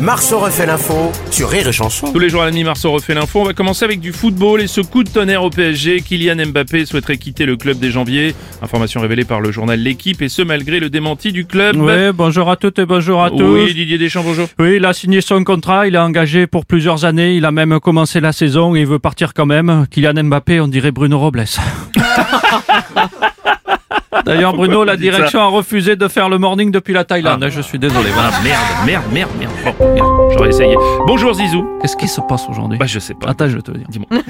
Marceau refait l'info sur Rire et Chanson. Tous les jours à la mi-mars, on refait l'info. On va commencer avec du football et ce coup de tonnerre au PSG. Kylian Mbappé souhaiterait quitter le club dès janvier. Information révélée par le journal L'équipe et ce malgré le démenti du club. Oui, bonjour à toutes et bonjour à Ben- Oui, tous. Didier Deschamps, bonjour. Oui, il a signé son contrat, il est engagé pour plusieurs années, il a même commencé la saison et il veut partir quand même. Kylian Mbappé, on dirait Bruno Robles. D'ailleurs, Bruno, vous la dites ça direction a refusé de faire le morning depuis la Thaïlande. je suis désolé. voilà. Ah merde, merde, merde, merde. Bon, merde, j'aurais essayé. Bonjour Zizou. Qu'est-ce qui se passe aujourd'hui Bah je sais pas. Attends, je vais te le dire. Dis-moi.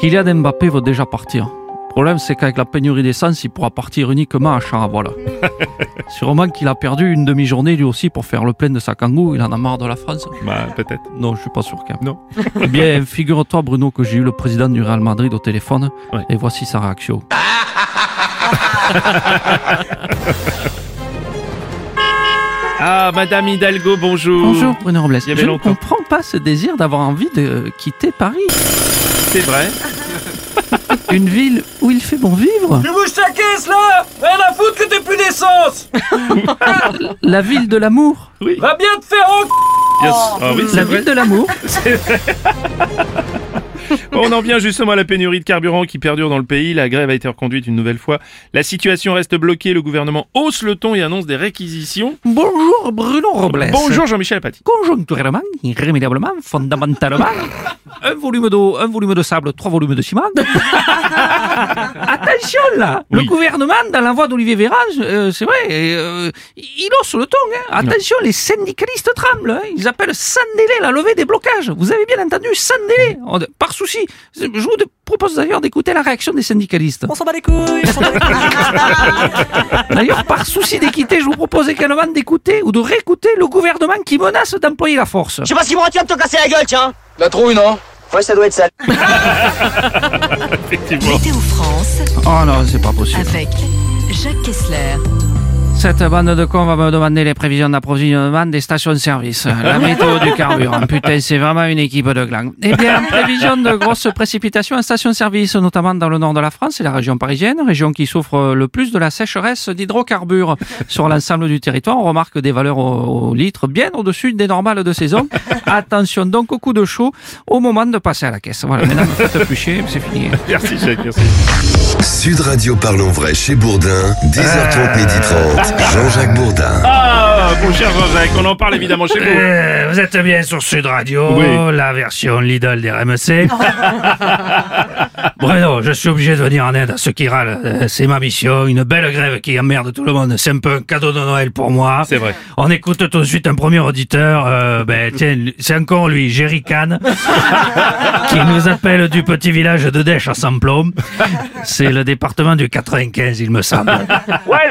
Kylian Mbappé veut déjà partir. Le problème, c'est qu'avec la pénurie d'essence, il pourra partir uniquement à Charavola. Sûrement qu'il a perdu une demi-journée lui aussi pour faire le plein de sa kangou. Il en a marre de la France. Bah peut-être. Non, je suis pas sûr quand même. Non. Eh bien, figure-toi, Bruno, que j'ai eu le président du Real Madrid au téléphone. Ouais. Et voici sa réaction. Ah Madame Hidalgo, bonjour. Bonjour, Bruno Robles. Il y avait je ne longtemps. comprends pas ce désir d'avoir envie de euh, quitter Paris. C'est vrai. Une ville où il fait bon vivre. Tu bouges ta caisse là Rien à foutre que t'aies plus d'essence La ville de l'amour. Oui. Va bien te faire en Bien Oh. sûr. Ah oui, c'est La vrai. ville de l'amour. On en vient justement à la pénurie de carburant qui perdure dans le pays. La grève a été reconduite une nouvelle fois. La situation reste bloquée. Le gouvernement hausse le ton et annonce des réquisitions. Bonjour, Bruno Robles. Bonjour Jean-Michel Apathy. Conjoncturellement, irrémédiablement, fondamentalement, un volume d'eau, un volume de sable, trois volumes de ciment. Attention là, Oui. le gouvernement, dans la voix d'Olivier Véran, euh, c'est vrai, euh, il hausse le ton. hein. Attention, les syndicalistes tremblent. hein. Ils appellent sans délai la levée des blocages. Vous avez bien entendu, sans délai, On- par souci. Je vous propose d'ailleurs d'écouter la réaction des syndicalistes. On s'en bat les couilles, on s'en bat les couilles. D'ailleurs, par souci d'équité, je vous propose également d'écouter ou de réécouter le gouvernement qui menace d'employer la force. Je sais pas si moi tu vas te casser la gueule, tiens. La trouille, non Ouais, ça doit être ça. Effectivement. Météo France Oh non, c'est pas possible. avec Jacques Kessler. Cette bande de cons va me demander les prévisions d'approvisionnement des stations-service. La météo du carburant. Putain, c'est vraiment une équipe de glands. Eh bien, en prévision de grosses précipitations en station-service, notamment dans le nord de la France et la région parisienne, région qui souffre le plus de la sécheresse d'hydrocarbures. Sur l'ensemble du territoire, on remarque des valeurs au, au litre bien au-dessus des normales de saison. Attention donc au coup de chaud au moment de passer à la caisse. Voilà, maintenant, ne faites plus chier, c'est fini. Merci Jacques, merci. Sud Radio parle en vrai chez Bourdin, 10h30 midi 30. Jean-Jacques Bourdin. Ah, mon cher Jean-Jacques, on en parle évidemment chez vous. Euh, vous êtes bien sur Sud Radio, Oui. la version Lidl des RMC. Bruno, je suis obligé de venir en aide à ceux qui râlent. Euh, C'est ma mission, une belle grève qui emmerde tout le monde. C'est un peu un cadeau de Noël pour moi. C'est vrai. On écoute tout de suite un premier auditeur. euh, ben, tiens, c'est encore lui, Jerry Kahn, qui nous appelle du petit village de Dèche à Samplon. C'est le département du 95, il me semble. Ouais,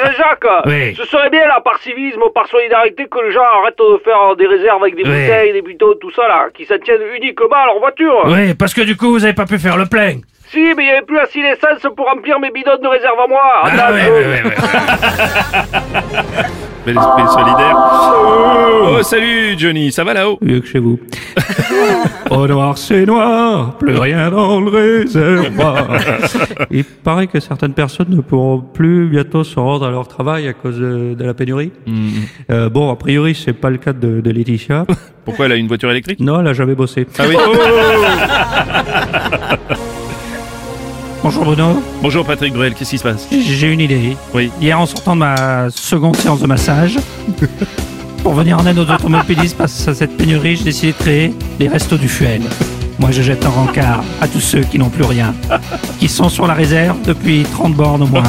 c'est Jacques Oui. Ce serait bien là, par civisme, par solidarité, que les gens arrêtent de faire des réserves avec des Oui. bouteilles, des buteaux, tout ça là, qui s'attiennent uniquement à leur voiture Oui, parce que du coup, vous avez pas pu faire le plein. Si, mais il n'y avait plus assez d'essence pour remplir mes bidons de réserve à moi Attends, Ah, oui, euh, oui, oui, oui. Bel esprit solidaire. Oh, salut Johnny, ça va là-haut mieux que chez vous. Au noir, c'est noir, plus rien dans le réservoir. Il paraît que certaines personnes ne pourront plus bientôt se rendre à leur travail à cause de, de la pénurie. Hmm. Euh, bon, a priori, c'est pas le cas de, de Laetitia. Pourquoi elle a une voiture électrique Non, elle a jamais bossé. Ah oui. Bonjour Bruno, Bonjour Patrick Bruel, qu'est-ce qui se passe j'ai une idée. Oui. Hier, en sortant de ma seconde séance de massage, pour venir en aide aux automobilistes face à cette pénurie, j'ai décidé de créer les restos du fuel. Moi, je jette un rencard à tous ceux qui n'ont plus rien, qui sont sur la réserve depuis 30 bornes au moins.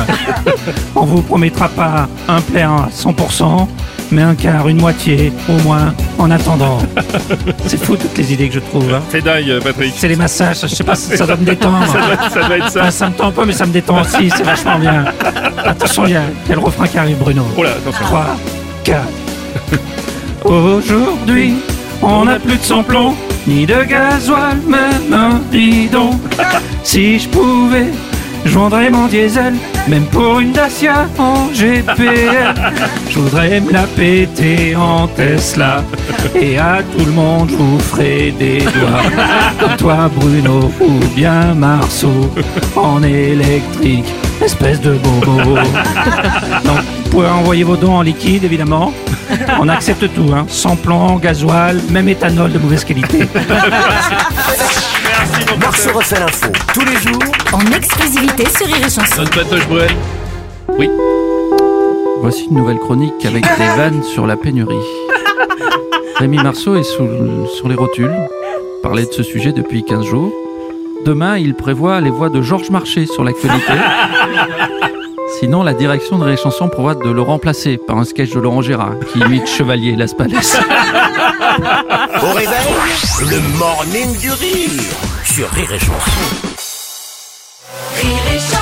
On vous promettra pas un plein à 100%, mais un quart, une moitié, au moins, en attendant. C'est fou toutes les idées que je trouve. hein. C'est dingue Patrick. C'est les massages, je sais pas si ça doit me détendre. Ça doit être ça. Ah, ça me tend un peu, mais ça me détend aussi, c'est vachement bien. Attention, il y, a il y a le refrain qui arrive, Bruno. Oh là, attention. 3, 4. Aujourd'hui, on n'a plus de samplon, ni de gasoil, même un bidon. Si je pouvais, je vendrais mon diesel, Même pour une Dacia en GPL, je voudrais me la péter en Tesla. Et à tout le monde, je vous ferai des doigts. Comme toi, Bruno, ou bien Marceau, en électrique, espèce de bobo. Donc, vous pouvez envoyer vos dons en liquide, évidemment. On accepte tout, hein. sans plan, gasoil, même éthanol de mauvaise qualité. Merci mon Marceau refait l'info tous les jours En exclusivité sur Rire et Chanson. Notre patoche Bruel. Oui. Voici une nouvelle chronique avec des vannes sur la pénurie. Rémi Marceau est sous- sur les rotules, parlait de ce sujet depuis 15 jours. Demain, il prévoit les voix de Georges Marché sur l'actualité. Sinon, la direction de les chansons prévoit de le remplacer par un sketch de Laurent Gérard, qui imite Chevalier Las Palais. Au réveil, le morning du rire sur Rire et Chanson. Rire et Chanson.